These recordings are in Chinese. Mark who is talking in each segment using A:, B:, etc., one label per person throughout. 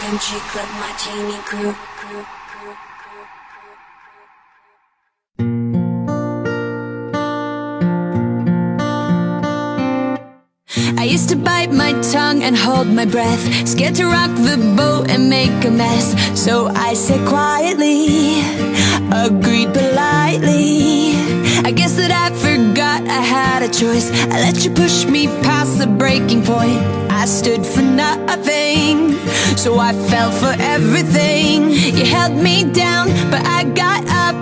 A: Country Club Martini Crew. crew, crew, crew.
B: I used to bite my tongue and hold my breath, scared to rock the boat and make a mess. So I said quietly, agreed politely. I guess that I forgot I had a choice. I let you push me past the breaking point. I stood for nothing, so I fell for everything. You held me down, but I got up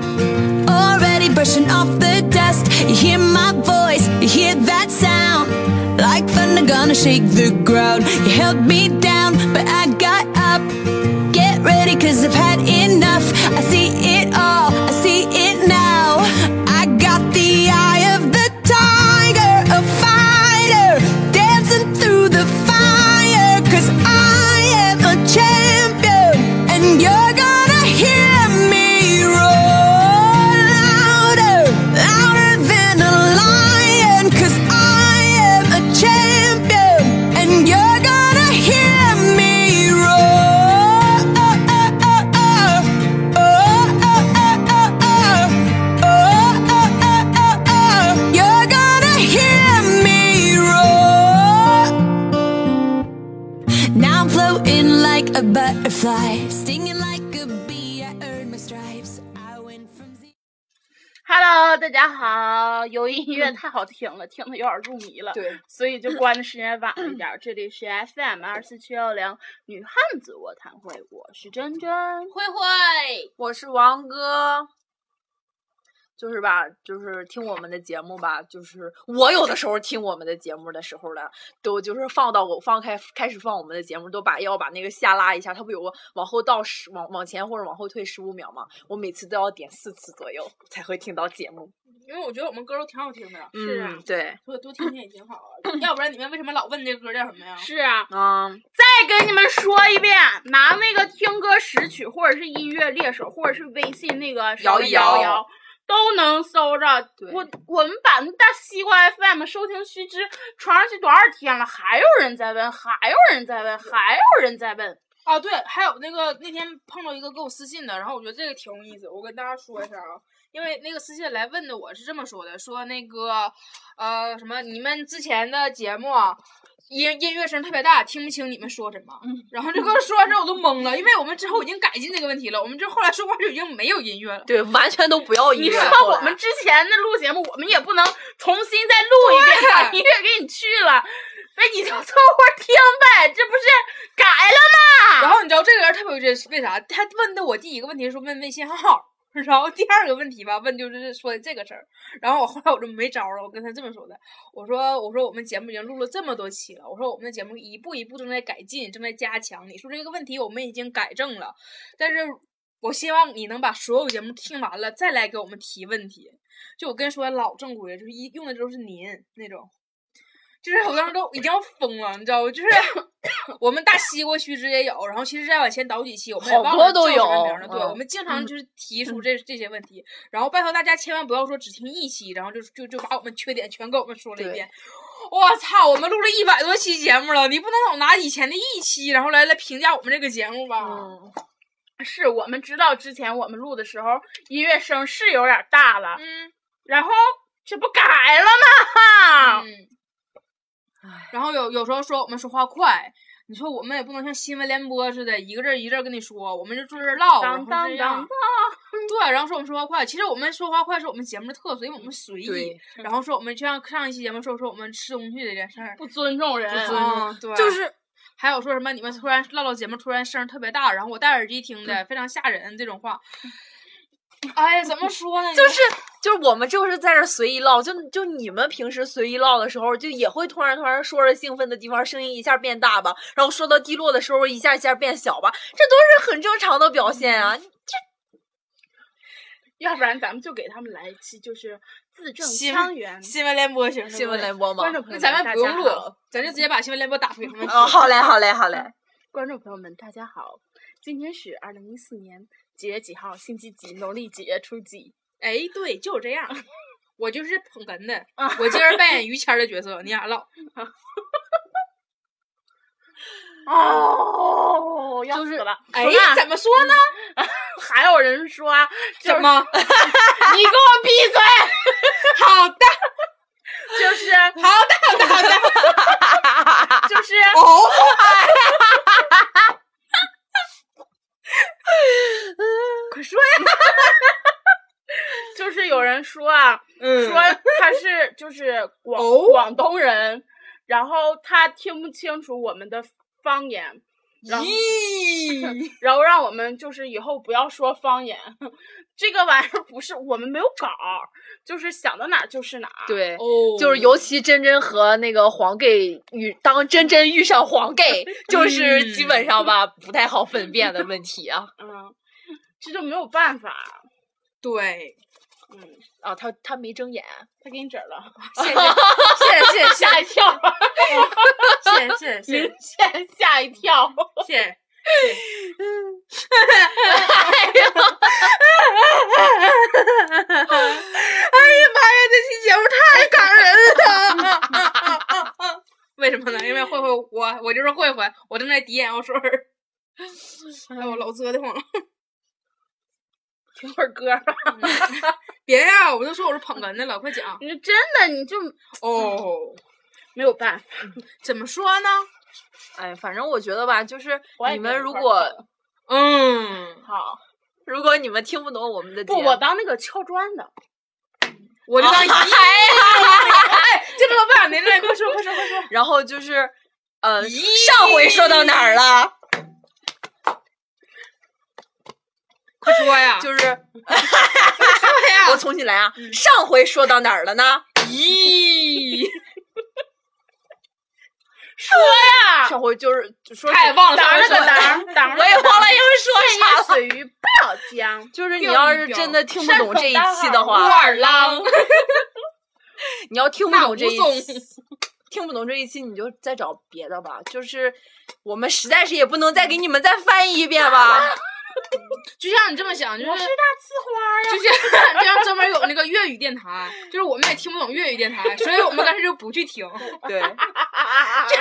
B: already brushing off the dust. You hear my voice, you hear that sound. Like thunder gonna shake the ground. You held me down, but I got up. Get ready, cause I've had enough. I see it all, I see it now. I got the eye of the tiger, a fighter, dancing through the fire. Cause I am a champion, and you're gonna hear me roar louder, louder than a lion. Cause I am a champion, and you're gonna hear me roar. You're gonna hear me roar. Now I'm floating like a butterfly, stinging like a bee. I earned my stripes. I went from zero.
C: Hello，大家好！由于音乐太好听了，听得有点入迷了，
D: 嗯对，嗯
C: 所以就关的时间晚了一点儿。这里是 FM 二四七幺零女汉子卧谈会，我是珍珍。
D: 慧慧，我是王哥。就是吧，就是听我们的节目吧，就是我有的时候听我们的节目的时候呢，都就是放到我放开开始放我们的节目，都把要把那个下拉一下，它不有个往后倒十往往前或者往后退十五秒吗？我每次都要点四次左右才会听到节目。
E: 因为我觉得我们歌都挺好听的，
C: 是啊
D: 嗯，对，
E: 多多听听也挺好啊。要不然你们为什么老问这歌叫什么呀？
C: 是啊，
D: 嗯，
C: 再跟你们说一遍，拿那个听歌识曲，或者是音乐猎手，或者是微信那个什么
D: 摇一
C: 摇
D: 摇
C: 摇，都能搜着。
D: 对
C: 我我们把那大西瓜 FM 收听须知传上去多少天了，还有人在问，还有人在问，还有人在问。
E: 啊，对，还有那个那天碰到一个给我私信的，然后我觉得这个挺有意思，我跟大家说一下啊，因为那个私信来问的我是这么说的，说那个呃什么你们之前的节目啊音音乐声特别大，听不清你们说什么。然后这个说完之后我都懵了，因为我们之后已经改进这个问题了，我们这后来说话就已经没有音乐了。
D: 对，完全都不要音
C: 你
D: 乐
C: 说
D: 后来。嗯
C: 我们之前的录节目，我们也不能重新再录一遍，把
E: 对
C: 音乐给你去 了，那你就凑合听呗，这不是改了吗？
E: 然后你知道这个人特别有真实，为啥？他问的我第一个问题是问微信号，然后第二个问题吧，问就是说这个事儿。然后我后来我就没招了，我跟他这么说的，我说我说我们节目已经录了这么多期了，我说我们的节目一步一步正在改进，正在加强。你说这个问题我们已经改正了，但是我希望你能把所有节目听完了再来给我们提问题。就我跟你说老正规，就是一用的都是您那种。就是我当时都已经要疯了，你知道吗？就是 我们大西瓜须知也有，然后其实再往前倒几期，我们也
D: 好
E: 忘
D: 多
E: 了
D: 都
E: 叫什么
D: 有
E: 名了。对，
D: 嗯
E: 我们经常就是提出这这些问题，然后拜托大家千万不要说只听一期，然后就就就把我们缺点全给我们说了一
D: 对
E: 遍。我操，我们录了一百多期节目了，你不能老拿以前的一期，然后来来评价我们这个节目吧？
D: 嗯，
C: 是我们知道之前我们录的时候音乐声是有点大了，
E: 嗯
C: 然后这不改了吗？
E: 嗯，然后有有时候说我们说话快，你说我们也不能像新闻联播似的，一个字儿一个字儿跟你说，我们就坐这儿唠，然
C: 当
E: 后
C: 当
E: 这
C: 当
E: 样，对，然后说我们说话快，其实我们说话快是我们节目的特色，因为我们随意
D: 对，
E: 然后说我们就像上一期节目说说我们吃东西这件事儿，
C: 不尊重人，嗯
E: 不尊
C: 对
E: 重就是还有说什么你们突然唠唠节目，突然声儿特别大，然后我戴耳机听
C: 嗯
E: 的，非常吓人这种话。哎呀，怎么说 呢？
D: 就是就是我们就是在这儿随意唠，就就你们平时随意唠的时候，就也会突然突然说着兴奋的地方，声音一下变大吧，然后说到低落的时候，一下一下变小吧，这都是很正常的表现啊。
C: 要不然咱们就给他们来一期就是字正
E: 新
C: 腔圆。
E: 新闻联播型的
D: 新闻
E: 对
D: 联播嘛
C: 观，众朋
E: 那
C: 友们，
E: 咱们
C: 大
E: 不用
C: 家
E: 录
C: 好，
E: 咱就直接把新闻联播打 出给他们听。
D: 哦，好嘞，好嘞，好嘞，
C: 观众朋友们，大家好，今天是二零一四年几月几号？星期几？农历几月初几？
E: 哎，对，就是 这样。我就是捧哏的，
C: 啊
E: 我今儿扮演于谦儿的角 色，你俩唠。
C: 哦，我要
D: 就
C: 死
D: 是
C: 了。
E: 哎
C: 说那，
E: 怎么说
C: 嗯
E: 呢？
C: 还有人说，就
E: 怎
C: 是
E: 么？
C: 你给我闭嘴，
E: 好的，
C: 就是
E: 好的，好的，好的。
C: 就是
E: 哦， 快说呀！
C: 就是有人说啊，
E: 嗯
C: 说他是就是广、
E: 哦
C: 广东人，然后他听不清楚我们的方言，然后
E: 咦，
C: 然后让我们就是以后不要说方言， 这个玩意儿不是我们没有稿儿，就是想到哪儿就是哪儿。
D: 对，
E: 哦
D: 就是尤其真真和那个黄 gay 遇，当真真遇上黄 gay，就是基本 上吧不太好分辨的问题 啊。
C: 嗯，这就没有办法。
E: 对，
C: 嗯，
D: 啊，他他没睁眼，
C: 他给你整了，
E: 谢谢，谢谢，
C: 吓一跳，
E: 谢谢，谢谢，谢
C: 明
E: 谢
C: 显吓一跳。
E: 谢谢。哎这期节目太感人了。 为什么呢？因为慧慧我我就是慧慧，我正在滴眼 药水儿。哎呦，老折腾了！
C: 听会儿歌吧。
E: 别呀、我就说我是捧哏的了，快讲。
C: 你就 真的你就
E: 哦，
C: 没有办法。
E: 怎么说呢？
D: 哎，反正我觉得吧，就是
C: 我也
D: 你
C: 觉
D: 们
C: 得
D: 如
C: 块儿
D: 果
E: 嗯，
C: 好，
D: 如果你们听不懂我们的节
C: 不，
D: 目，
C: 我当那个敲砖的。
E: 我就当一。哎，这老板，您来，快说，快说，快说。
D: 然后就是，呃，上回说到哪儿了？
E: 快说呀！
D: 就是是 我重新来啊，
E: 嗯
D: 上回说到哪儿了呢？咦，
C: 呀，
D: 上回就是就说
E: 啊太忘了
C: 挡
E: 上
C: 着
E: 回
C: 个
E: 说的
C: 挡，挡着
D: 我也忘了要说 啥
C: 要
D: 了。
C: 水鱼不要僵。
D: 就是你
E: 钓
D: 要
E: 鱼
D: 是
E: 钓
D: 真的听不
C: 山
D: 懂
C: 口
D: 这一
C: 大
D: 期
C: 号
D: 的
E: 武
D: 话，
E: 二郎，
D: 你要听不
E: 那
D: 懂
E: 武
D: 这一
E: 松，
D: 听不懂这一期，你就再找别的吧。就是我们实在是也不能再给你们再翻译一遍 吧。
E: 就像你这么想，就
C: 我是
E: 是
C: 大刺花呀。
E: 就像就像专门有那个粤语电台，就是我们也听不懂粤语电台，所以我们干脆就不去听，
D: 对，
E: 啊就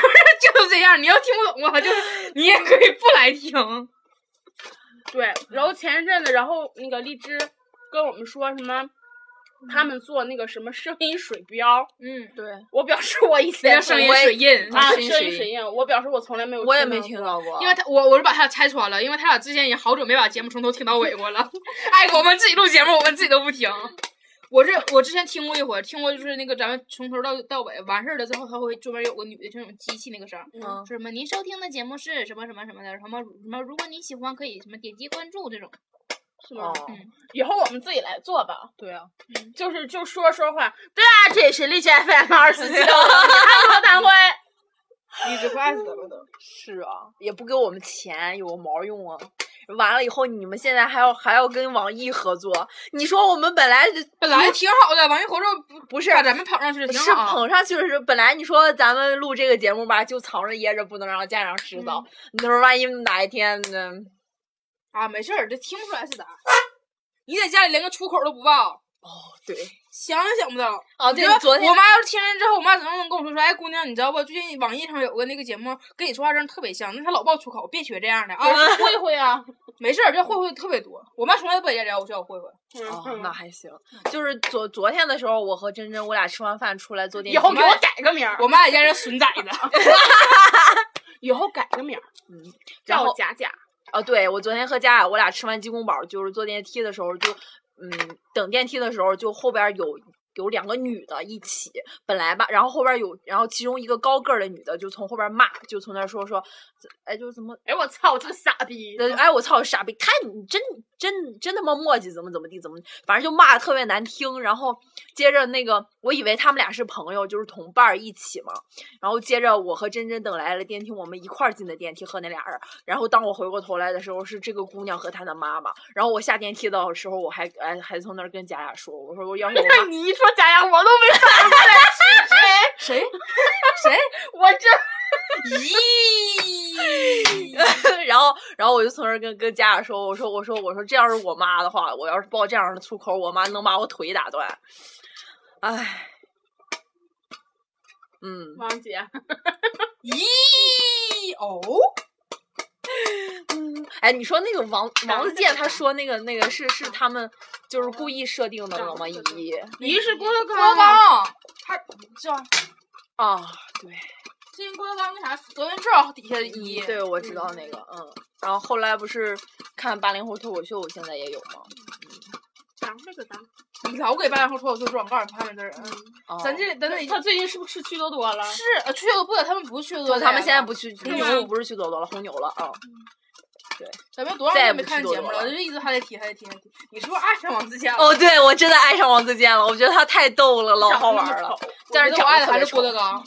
E: 是这样。你要听不懂啊，就是你也可以不来听。
C: 对，然后前一阵子，然后那个荔枝跟我们说什么，他们做那个什么声音水标，
E: 嗯，
D: 对，
C: 我表示我以
E: 那
C: 前
E: 叫声音
D: 我也
E: 水印，
C: 啊，
D: 声
C: 声
D: 音
C: 音
D: 水
C: 水印，我表示我从来没有，
D: 我也没听。到过
E: 因。为他我我是把他俩拆穿了，因为他俩之前也好久没把节目从头听到尾过了。 哎，我们自己录节目，我们自己都不听。我这我之前听过一回，听过就是那个咱们从头到到尾完事儿了之后，他会专门有个女的，就那种机器那个声儿，
D: 嗯
E: 说什么您收听的节目是什么什么什么的，什么什么，如果您喜欢可以什么点击关注这种。
C: 是吗
D: 哦？，
C: 以后我们自己来做吧，嗯
D: 对啊，
C: 就是就说说话。对啊，这里是荔枝 FM 二四七六，我 大辉。
E: 一直快死了都。
D: 是啊，也不给我们钱，有毛用啊！完了以后，你们现在还要还要跟网易合作，你说我们本来就
E: 本来挺好的，王一合作不
D: 嗯不是
E: 把咱们捧上去挺
D: 是
E: 好。
D: 捧上去的时候，本来你说咱们录这个节目吧，就藏着掖着，不能让家长知道。你说万一哪一天呢？
E: 啊，没事儿，这听不出来是啥。你在家里连个出口都不报，
D: 哦，对，
E: 想也想不到。
D: 啊，
E: 你
D: 对
E: 知，道
D: 昨天
E: 我妈要是听见之后，我妈怎么能跟我说说，哎，姑娘，你知道不？最近网易上有个那个节目，跟你说话声特别像，那她老爆粗口，别学这样的啊。
D: 嗯
C: 慧慧 啊，
E: 没事儿，这慧慧特别多，我妈从来不在家聊，我叫我慧慧。
C: 嗯
D: 哦，那还行。就是昨昨天的时候，我和珍珍我俩吃完饭出来坐电
C: 以
D: 梯，
C: 后给我改个名儿，
E: 我妈在家叫损崽 子。
C: 以后改个名儿，
D: 嗯，然
C: 叫
D: 后
C: 我贾贾。
D: 啊，对我昨天和佳雅我俩吃完鸡公煲，就是坐电梯的时候就，嗯，等电梯的时候就后边有。有两个女的一起，本来吧，然后后边有，然后其中一个高个儿的女的就从后边骂，就从那儿说说，哎，就怎么
C: 哎，我操，我这傻逼！
D: 那哎，我操，傻逼！看你真真真他妈磨叽，怎么怎么地，怎么，反正就骂的特别难听。然后接着那个，我以为他们俩是朋友，就是同伴儿一起嘛。然后接着我和珍珍等来了电梯，我们一块儿进的电梯和那俩人。然后当我回过头来的时候，是这个姑娘和她的妈妈。然后我下电梯的时候，我还哎还从那儿跟佳雅说，我说我要是我妈
C: 啊你一说贾雅，我都没反应过来是 谁，
D: 谁，
C: 我真
E: 咦，
D: 然后，然后我就从这儿跟跟家长说，我说，我说，我说，这要是我妈的话，我要是爆这样的粗口，我妈能把我腿打断。唉，嗯，
C: 王姐，
E: 咦，哦，
D: 哎，你说那个王王自健，
E: 这个
D: 他说那个那个是是他们就是故意设定的了吗？哦
E: 对对对
D: 一
C: 一是郭德
E: 郭德
C: 纲，啊
E: 纲，他叫
D: 啊，对
E: 最近郭德纲那啥德云社底下的一，
D: 嗯对，我知道那个，嗯。然后后来不是看八零后脱口秀，现在也有吗？
C: 讲这个咱
E: 嗯你老给八零后脱口秀做广告，他们这儿，嗯
D: 哦
E: 咱这咱这
C: 他最近是不是吃趣多多了？
E: 是呃去多不得，他们不去多
D: 就
E: 多，
D: 他们现在不去
E: 对
D: 牛
E: 啊
D: 五不是去多多了，红牛了啊。
E: 咱们多少
D: 再也
E: 年没
D: 不去
E: 看
D: 多
E: 节目
D: 多
E: 了，
D: 了
E: 就一直还得提，还得提，还得提。你是不是爱上王自健了？
D: 哦，对，我真的爱上王自健了，我觉得他太逗了，老
C: 长
D: 好
C: 那
D: 玩
C: 么
D: 儿了
C: 丑。
D: 但是
E: 我觉
D: 长得
E: 得我爱的
D: 特
E: 还
D: 别
E: 是郭
D: 丑
E: 德纲，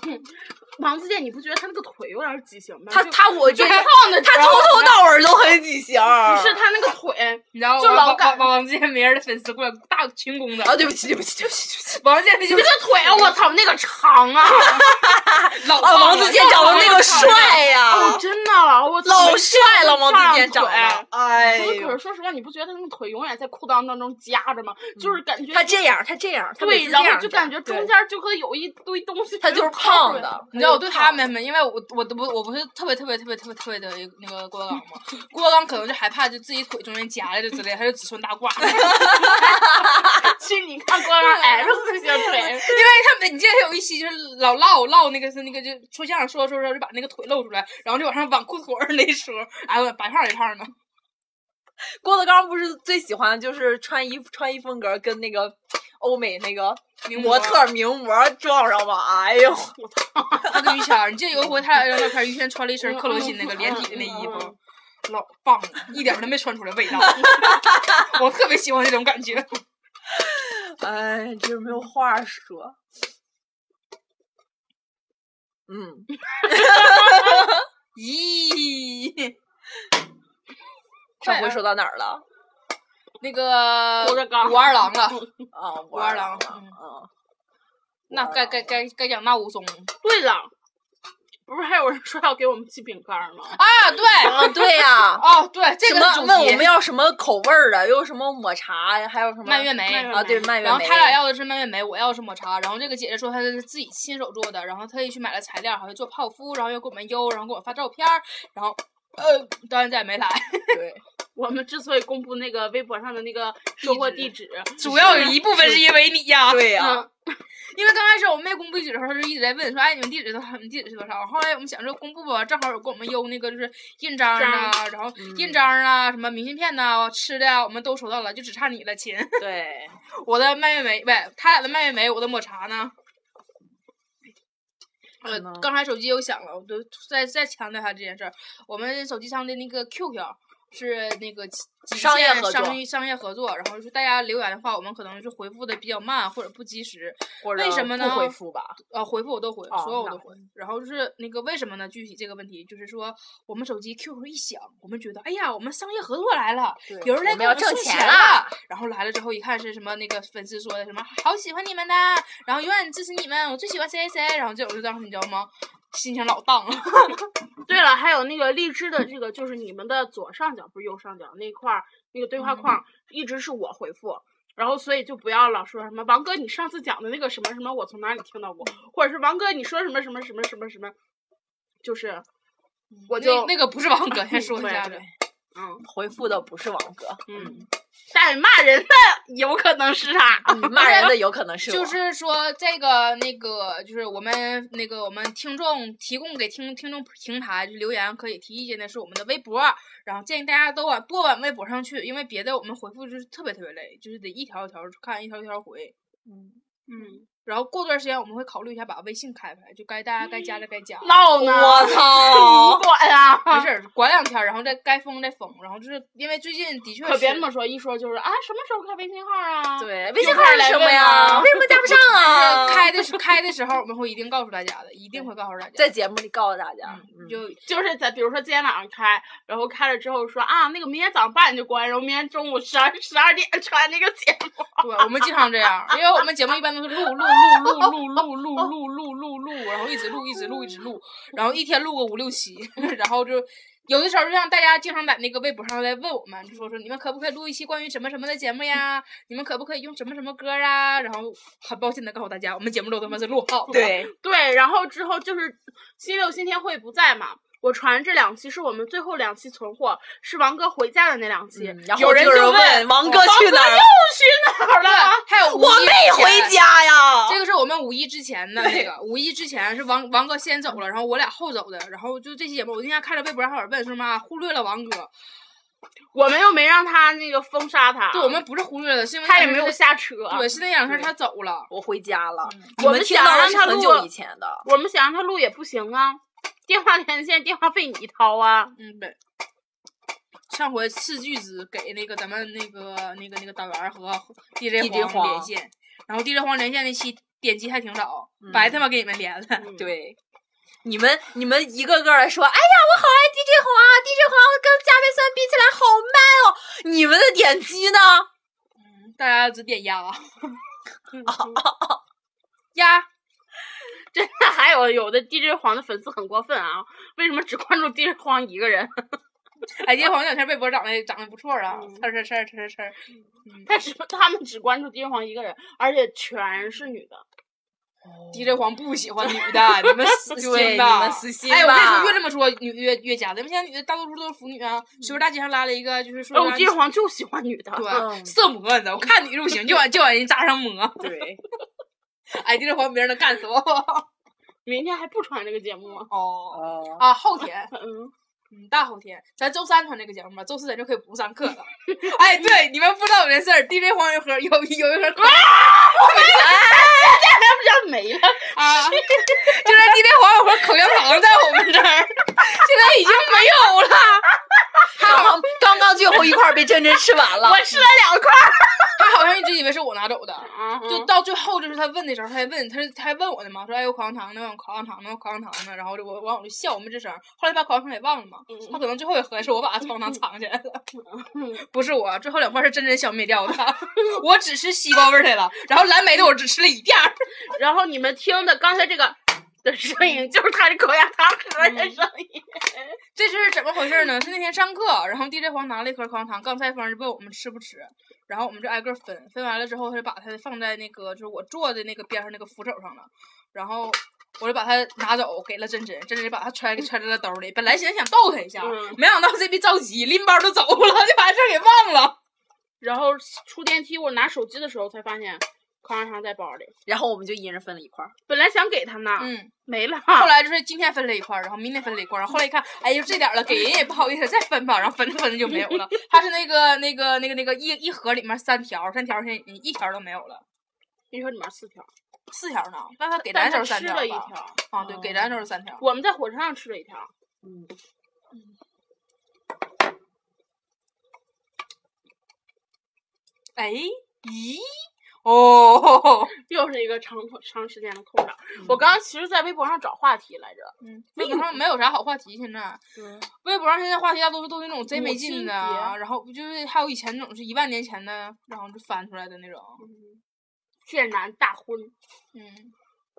C: 王自健，你不觉得他那个腿有点畸形吗？
D: 他
C: 就
D: 他，我觉
E: 就
D: 得
E: 是
D: 他
E: 胖的，
D: 从头到尾都很畸形。
C: 不
D: 不
C: 是他那个腿，
E: 你知道
C: 就
E: 王
C: 老
E: 王
C: 感
E: 王王自健没人的粉丝过来大群攻的，
D: 啊，对不起，对不起，对不起，对不起。
E: 王自健那
C: 你
E: 就
C: 们这腿，啊我操，那个长啊！
E: 老
D: 啊，王自健长得那个帅
C: 哦
D: 呀，，
C: 真的，啊我操
D: 啊老帅了，王自健长
C: 这样
D: 得
C: 腿。
D: 哎
C: 不是可
D: 呦
C: 是，说实话，你不觉得他那个腿永远在裤裆当中夹着吗？就是感觉
D: 嗯他这样，他这样，他每
C: 对，
D: 次
C: 然
D: 这
C: 后
D: 样
C: 就
D: 这样
C: 感觉中
D: 对
C: 间就和有一堆东西，
D: 他就是胖。的，
E: 你知道我
D: 就
E: 对
D: 是
E: 他
D: 胖
E: 们没，因为我我都不我不是特别特别特别特别特别的一个那个郭德纲嘛，郭德纲可能就害怕就自己腿中间夹着之类，他就只穿大褂。
C: 去你看光哎让 X 型腿，
E: 因为他们，你记得有一期就是老唠唠那个是那个就说相声说着说着就把那个腿露出来，然后就往上挽裤腿儿那时候，哎呦白胖一胖的，
D: 郭德纲不是最喜欢就是穿衣穿衣风格跟那个欧美那个
E: 名
D: 模特儿名模儿撞上吗？哎呦，
E: 他跟于谦，你记得有一回他俩照片，于谦穿了一身克罗心那个连体的那衣
C: 嗯嗯嗯
E: 服，老棒了，一点儿都没穿出来味道，我特别喜欢这种感觉。
D: 哎，这没有话说。嗯，
E: 咦，
D: 上
E: 快
D: 回
E: 啊
D: 说到哪儿了？
E: 那个
C: 郭德纲
E: 武二郎
C: 嗯
E: 了，
D: 啊，武
E: 武二
D: 郎
E: 郎
D: 了，
E: 嗯
D: 嗯，
E: 那该该该该讲那武松
C: 对了，不是还有人说要给我们寄饼干儿吗？
E: 啊，对，
D: 啊，对呀、
E: 哦对， 这
D: 什
E: 个
D: 么
E: 是主
D: 问
E: 题
D: 我们要什么口味儿的，又什么抹茶呀，还有什么
E: 蔓越莓
C: 蔓越莓
D: 啊？对，蔓越莓。
E: 然后他俩要的是蔓越莓，我要的是抹茶。然后这个姐姐说她是自己亲手做的，然后特意去买了材料，还会做泡芙，然后又给我们邮，然后给我发照片儿，然后呃，导演再也没来，
D: 对，
C: 我们之所以公布那个微博上的那个收货地址，
E: 主要有一部分是因为你呀、
D: 对呀
E: 嗯因为刚开始我们没公布地址的时候，她就一直在问说：“哎，你们地址多少？你们地址是多少？”后来我们想说公布吧，正好有给我们邮那个就是印章啊，然后印章啊，什么明信片呐、吃的啊，我们都收到了，就只差你了，亲。
D: 对，
E: 我的蔓越莓，不，他俩的蔓越莓，我的抹茶呢？呃
D: 嗯呢，
E: 刚才手机又响了，我就再再强调一下这件事儿。我们手机上的那个 QQ 是那个极极
D: 商业
E: 限
D: 合作
E: 商业商业合作，然后就是大家留言的话，我们可能是回复的比较慢或者不及时，
D: 或者
E: 为什么呢
D: 不回复吧，
E: 呃，回复我都回，
D: 哦
E: 所有我
D: 那
E: 都回。然后就是那个为什么呢？具体这个问题就是说，我们手机 QQ 一响，我们觉得哎呀，我们商业合作来了，
D: 对
E: 有人来
D: 我
E: 给
D: 们要
E: 们送
D: 挣钱
E: 钱
D: 啦
E: 了。然后来了之后一看是什么那个粉丝说的什么好喜欢你们呐，然后永远支持你们，我最喜欢谁谁谁。然后这种就当时你知道吗？心情老荡了。
C: 对了，还有那个荔枝的这个，就是你们的左上角不是右上角那块儿那个对
E: 嗯
C: 话框，一直是我回复。然后，所以就不要老说什么王哥，你上次讲的那个什么什么，我从哪里听到过，或者是王哥你说什么什么什么什么什么，就是我就
E: 嗯那那个不是王哥，先说一
C: 对
E: 下
C: 对
E: 子。
C: 嗯
D: 回复的不是王 哥，
C: 嗯，但骂人的有可能是他，
D: 嗯骂人的有可能是我
E: 就是说，这个那个，就是我们那个我们听众提供给听听众平台就留言可以提意见的是我们的微博，然后建议大家都往多往微博上去，因为别的我们回复就是特别特别累，就是得一条一条看，一条一条回。
C: 嗯，
E: 然后过段时间我们会考虑一下把微信开开，就该大家该加
C: 嗯
E: 的该加，
C: 闹呢，
D: 我 操
C: 你管啊，
E: 没事儿管两天，然后再该封再封。然后就是因为最近的确
C: 可别
E: 是
C: 这么说，一说就是啊，什么时候开微信号啊？，
D: 对，微信号是什么呀？
C: 啊
D: 为什么加不上 啊？
E: 开的时开的时候我们会一定告诉大家的，一定会告诉大 家。
D: 在节目里告诉大家，
E: 嗯，
D: 嗯
E: 就
C: 就是在比如说今天晚上开，然后开了之后说啊，那个明天早上八点就关，然后明天中午十二十二点传那个节 目。
E: 对，我们经常这样，因为我们节目一般都是录录录录录录录录录录录，然后一直录一直录一直录，然后一天录个五六期， 然后就有的时候就让大家经常在那个微博上来问我们，就说说你们可不可以录一期关于什么什么的节目呀？你们可不可以用什么什么歌啊？然后很抱歉的告诉大
D: 嗯
E: 家，我们节目都他妈是录好的。
D: 对，
C: 对，然后之后就是星期六、星期天会不在嘛，我传这两期是我们最后两期存货，是王哥回家的那两期。
D: 嗯然后
C: 有人
D: 就有人
C: 问
D: 问王哥去哪
C: 王
D: 儿
C: 哥又去哪儿了？
E: 还有
D: 我没回。家呀。
E: 这个是我们五一之前的那个，五一之前是王王哥先走了，然后我俩后走的，然后就这期节目，我那天看着微博上还有人问说嘛忽略了王哥，
C: 我们又没让他那个封杀他，
E: 对我们不是忽略了，是因为
C: 他也没有啊
E: 是
C: 瞎扯。
E: 对，是那两天他走了，
D: 我回家了，
C: 我
D: 你
C: 们
D: 听
C: 想
D: 到的
C: 让
D: 是
C: 他
D: 很
C: 录
D: 久以前的。
C: 我们想让他录也不行啊，电话连线电话费你掏啊。
E: 嗯对。上回斥巨资给那个咱们那个那个那个导员和 DJ
D: DJ
E: 黄连
D: 黄
E: 线，然后 DJ 黄连线那期点击还挺早，
D: 嗯
E: 白他妈给你们连了。
C: 嗯
D: 对，你们你们一个个来说，哎呀，我好爱 DJ 黄啊，DJ 黄跟加倍酸比起来好 man 哦。你们的点击呢？
E: 嗯大家只点 鸭，
C: 哦
E: 鸭
C: 真的还有有的 DJ 黄的粉丝很过分啊，为什么只关注 DJ 黄一个人？
E: 哎，今天黄这两天微博长得长得不错啊
C: 嗯，
E: 呲儿呲儿呲儿呲儿呲儿，
C: 但 是他们只关注 DJ 黄一个人，而且全是女的。
E: DJ 黄不喜欢女的，你们死 心
D: 对
E: 吧！
D: 你们死心
E: 哎，我
D: 吧
E: 跟你说，越这么说，女越越假。咱们现在女的大多数都是腐女啊。随便大街上拉了一个，啊就是说
C: 哎，我
E: 拉
C: DJ 黄就喜欢女的。
E: 对
D: 嗯
E: 色魔，你知道，我看女的不行，就往就往人扎上魔。
D: 对，
E: 哎，DJ 黄别人能干死我。
C: 明天还不传这个节目吗？
E: 哦
D: 哦，
E: 啊，后天，
C: 嗯，
E: 嗯，大后天，咱周三传这个节目吧，周四咱就可以不上课了。哎，对，你们不知道有件事儿，DJ 黄有盒有有一盒口
D: 啊
C: 大家不知道没了。
E: 啊，就是 DJ 黄有盒口香糖在我们这儿，现在已经没有了。
D: 刚刚刚刚最后一块被珍珍吃完了
C: 我，吃了两块。
E: 他好像一直以为是我拿走的，就
C: 就
E: 到最后就是他问的时候，他还问他他还问我呢嘛，说哎有口香糖呢，有口香糖呢，有口香糖呢，然后就我完我就笑我没吱声，后来把口香糖给忘了嘛，他可能最后也合计是我把口香糖藏起来了， 不是我，最后两块是真真消灭掉的， 我只吃西瓜味儿的了，然后蓝莓的我只吃了一片儿，
C: 然后你们听的刚才这 个的声音，就是他的口香糖盒
E: 嗯
C: 的声音。
E: 这是怎么回事呢？是那天上课，然后 DJ 黄拿了一盒口香糖，刚才方就问我们吃不吃，然后我们就挨个分，分完了之后，他就把它放在那个就是我坐的那个边上那个扶手上了，然后我就把它拿走给了珍珍，珍珍就把它揣揣在了兜里。本来寻思想逗他一下，
C: 嗯
E: 没想到这逼着急，拎包就走了， 就把这事儿给忘了。
C: 然后出电梯，我拿手机的时候才发现口香糖在包里。
D: 然后我们就一人分了一块儿。
C: 本来想给他呢，
E: 嗯，
C: 没了。
E: 后来就是今天分了一块儿，然后明天分了一块儿，然后后来一看，哎，就这点儿了，给人也不好意思再分吧，然后分着分着就没有了。它是那个那个那个那个一一盒里面三条，三条现在已经一条都没有了，
C: 你说里面四条，
E: 四条呢？但他给咱
C: 但
E: 就是是三
C: 吃
E: 条
C: 了一
E: 吧？
C: 条。嗯
E: 啊，对，给咱就是三条。
C: 我们在火车上吃了一条。
D: 嗯，
E: 哎，咦，哦，
C: 又是一个长长时间的空档。我刚刚其实，在微博上找话题来着，
E: 嗯，微博上没有啥好话题，现在微博上现在话题大多数都是那种贼没
C: 母
E: 劲的
C: 亲
E: 啊，
C: 节
E: 然后就是还有以前那种是一万年前的，然后就翻出来的那种，
C: 剑南大婚，
E: 嗯，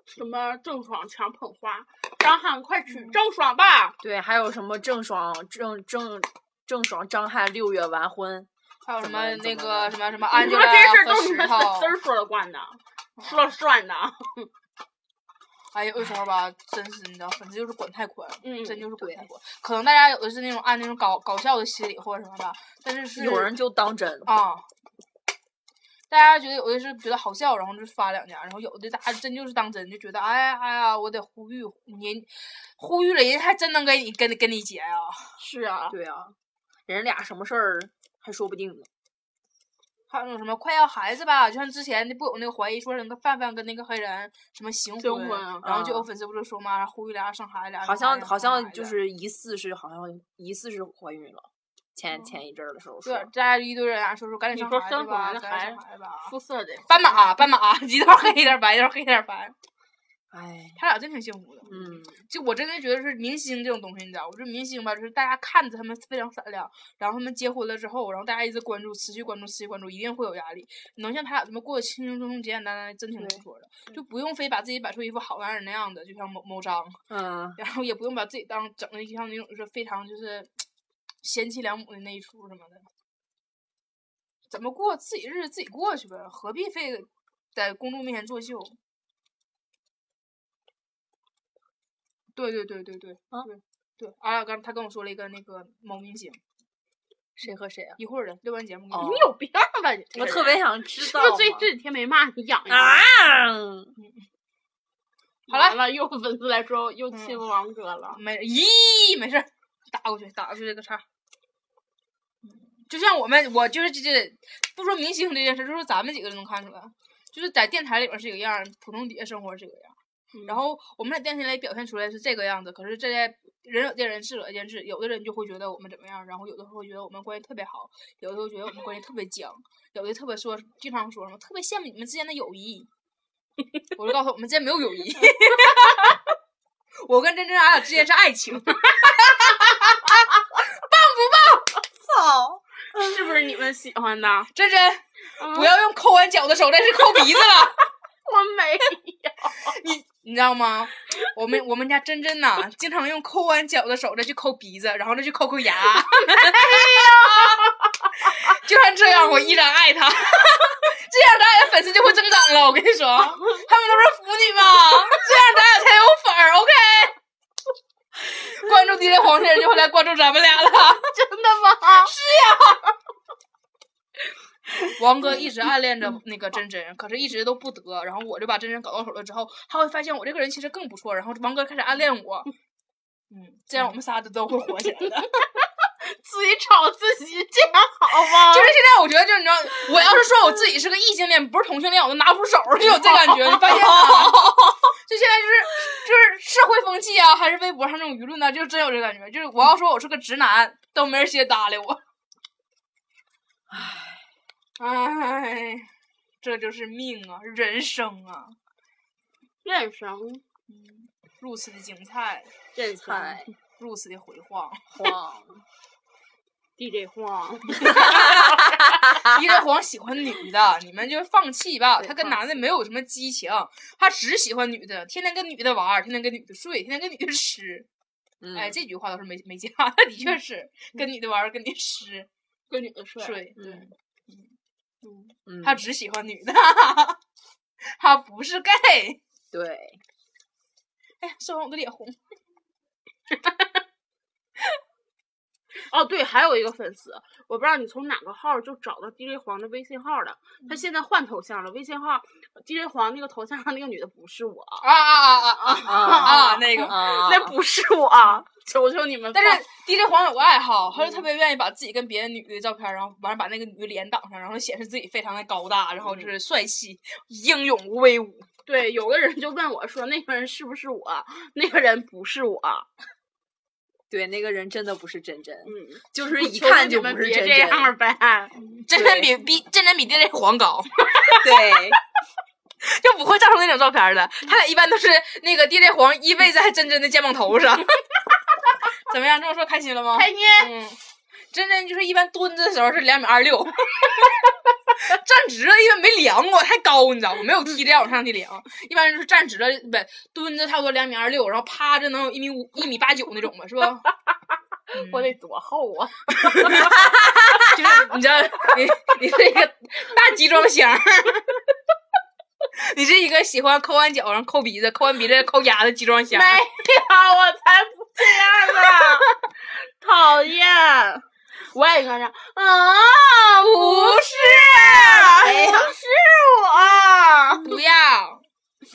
C: 什么郑爽强捧花，张翰快娶郑爽吧！
D: 对，还有什么郑爽、郑郑郑爽、张翰六月完婚，
E: 还有什
D: 怎么
E: 么
D: 怎
E: 那
D: 么
E: 个
D: 了
E: 什么什么安
C: 你
E: 吉
C: 说这事
E: 拉
C: 儿
E: 和
C: 都是你
E: 石
C: 们粉
E: 头
C: 丝，儿说了惯的，说了算
D: 哦
C: 的。
E: 哎，有的时候吧，真是你知道，粉丝就是管太宽，
C: 嗯
E: 真就是管太宽。可能大家有的是那种按那种搞搞笑的心理或者什么吧，但是是
D: 有人就当真
C: 哦
D: 了。
E: 啊，大家觉得有的是觉得好笑，然后就发两家，然后有的大家真就是当真，就觉得哎呀哎呀，我得呼吁您，呼吁了人家还真能给你跟你跟你结呀、
C: 是啊，
D: 对啊，人俩什么事儿还说不定呢。
E: 还有那种什么快要孩子吧，就像之前不有那个怀疑说那个范范跟那个黑人什么行
C: 征
E: 婚，
C: 婚啊
E: 然后就有
D: 啊
E: 粉丝不是说嘛，然后呼吁俩生
C: 哎
E: 孩子，俩
D: 好
E: 生
D: 像
E: 孩子
D: 好
E: 俩生孩
D: 像
E: 子
D: 就是疑似是好像疑似是怀孕了，前
C: 哦
D: 前一阵儿的时候
E: 对
D: 说，，
E: 大家一堆人啊，说说赶紧
C: 你
E: 生
C: 说
E: 孩
C: 生
E: 子
C: 什
E: 吧，
C: 么
E: 赶紧
C: 孩
E: 生
C: 子
E: 孩子吧。
C: 肤色 的
E: 斑马，斑马，一道黑一点白，一道黑一点白，
D: 哎，
E: 他俩真挺幸福的。
D: 嗯，
E: 就我真的觉得是明星这种东西，你知道，我这明星吧，就是大家看着他们非常闪亮，然后他们结婚了之后，然后大家一直关注，持续关注，持续关注，一定会有压力。能像他俩这么过得轻轻松松、简简单单的，真挺不错的，就不用非把自己摆出一副好男人那样子，就像某某张，
D: 嗯，
E: 然后也不用把自己当整的像那种就是非常就是贤妻良母的那一出什么的，怎么过自己日子自己过去呗，何必非得在公众面前作秀？对对对对对，
D: 啊
E: 对对啊，刚他跟我说了一个那个某明星，
D: 谁和谁啊？
E: 一会儿的录完节目给你
D: 哦
E: 说。
C: 你有病啊吧你这个人？
D: 我特别想知
C: 是
D: 道
C: 不
D: 嘛。
C: 是最嗯这几天没骂你痒痒？
D: 啊！
C: 好了，了又粉丝来说又欺负王哥了。
E: 没咦，没事儿，打过去，打过去这个叉儿。就像我们，我就是这这，不说明星这件事，就说咱们几个就能看出来，就是在电台里边是一个样儿，普通底下生活是一个样儿。然后我们在电台里表现出来是这个样子，可是这在人有的人智者见智，有的人就会觉得我们怎么样，然后有的会觉得我们关系特别好，有的会觉得我们关系特别僵，有的特别说经常说什么特别羡慕你们之间的友谊， 我就告诉他我们之间没有友谊。 我跟真真俺俩之间是爱情，
D: 操！
C: 是不是你们喜欢的？
E: 真真
C: 嗯
E: 不要用抠完脚的手，但是抠鼻子了，
C: 我没
E: 你知道吗？我们我们家真真呐、经常用抠完脚的手再去抠鼻子，然后再去抠抠牙。 就算这样，我依然爱他。 这样咱俩的粉丝就会增长了，我跟你说，他们都是腐女嘛，这样咱俩才有粉儿，OK？关注 DJ 黄先生就会来关注咱们俩了。
C: 真的 吗？
E: 王哥一直暗恋着那个真真，可是一直都不得。然后我就把真真搞到手了之后，他会发现我这个人其实更不错。然后王哥开始暗恋我，嗯，这样我们仨都都会火起来的。
C: 自己吵自己，这样好吗？
E: 就是现在，我觉得就是你知道，我要是说我自己是个异性恋，不是同性恋，我都拿不出手，就有这感觉，你发现吗？就现在就是就是社会风气啊，还是微博上那种舆论呢、就真有这感觉。就是我要说我是个直男，都没人先搭理我。唉，唉，这就是命啊，人生啊，
C: 认生，
E: 如此的精彩，
C: 认生
D: 太
E: 如此的辉煌。
D: 慌！
C: ，DJ 晃，
E: 一个黄喜欢女的， 你们就放弃吧。
D: 对
E: 他跟
D: 放
E: 男的没有什么激情，他只喜欢女的，天天跟女的玩儿，天天跟女的睡，天天跟女的吃。
D: 嗯
E: 哎，这句话倒是没没 假，的确是跟女的玩儿，跟你吃
C: 跟女的睡，
E: 睡。
D: 嗯
C: 嗯
D: 嗯，
E: 他只喜欢女的， 他不是 gay。
D: 对
E: 哎呀，说完我的脸红。
C: 哦，对，还有一个粉丝，我不知道你从哪个号就找到 DJ 黄的微信号了，
D: 嗯
C: 他现在换头像了，微信号 DJ 黄那个头像上那个女的不是我，
E: 啊啊啊啊啊
D: 啊
E: 啊！那个，
D: 啊
C: 哦那不是我， 求求你们放！
E: 但是 DJ 黄有个爱好，他就特别愿意把自己跟别的女的照片，然后完了把那个女的脸挡上，然后显示自己非常的高大，然后就是帅气、英勇、威武。
C: 对，有个人就问我说，那个人是不是我？那个人不是我，
D: 对那个人真的不是真真，
C: 嗯，
D: 就是
C: 求
D: 一
C: 求
D: 看
C: 你
D: 就不
C: 们
D: 是
C: 别
D: 真
C: 这
D: 真。
C: 样呗，
E: 真人比比真人比电人黄高，
D: 对，
E: 就不会照出那种照片的。他俩一般都是那个电电黄依偎在真真的肩膀头上。 怎么样？这么说开心了吗？
C: 开心。
E: 嗯，真真就是一般蹲着的时候是两米二六，站直了，因为没量过，太高，你知道吗？没有踢着往上去量，一般就是站直了，不蹲着差不多两米二六，然后趴着能有一米五、一米八九那种吧，是吧？嗯
C: 我得多厚 啊！
E: 就是你知道，你你是一个大集装箱儿，你是一个喜欢抠完脚，然后抠鼻子，抠完鼻子抠牙的集装箱
C: 没
E: 儿。
C: 有，我才不这样 呢！讨厌！我也应该这样啊！不是，不是我，
E: 不要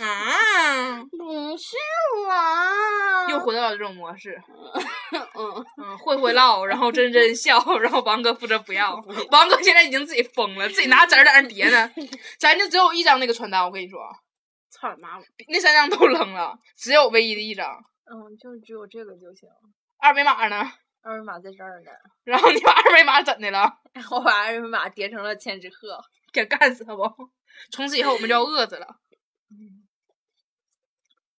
E: 啊！
C: 不是我，
E: 又回到了这种模式，
C: 嗯，
E: 嗯，会会唠，然后真真笑，然后王哥负责不要。王哥现在已经自己疯了，自己拿纸儿在那儿叠呢。咱就只有一张那个传单，我跟你说，
C: 操你妈！我
E: 那三张都扔了，只有唯一的一张。
D: 嗯，就只有这个就行。
E: 二维码呢？
D: 二维码在这儿呢，
E: 然后你把二维码怎的了？
D: 我把二维码叠成了千纸鹤。
E: 给干死他吧！从此以后我们就要饿着了。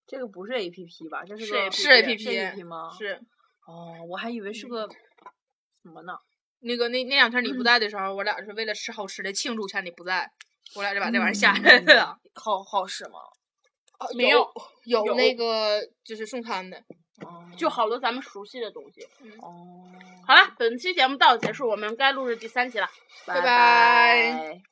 D: 这个不是 A P P 吧？这是
C: 是
D: 个
C: APP
E: 是
D: A
E: APP
D: A P P 吗？
E: 是
D: 哦，我还以为是个什么呢？
E: 那个那那两天你不在的时候，我俩是为了吃好吃的庆祝一下你不在，我俩就把这玩意儿下来了。
D: 嗯好好使吗？
C: 没有
E: 哦有
C: 有
E: 那个就是送餐的，
D: 哦
C: 就好多咱们熟悉的东西。
D: 哦，
C: 好了，本期节目到此结束，我们该录制第三期了。
E: 拜
D: 拜
E: 拜
D: 拜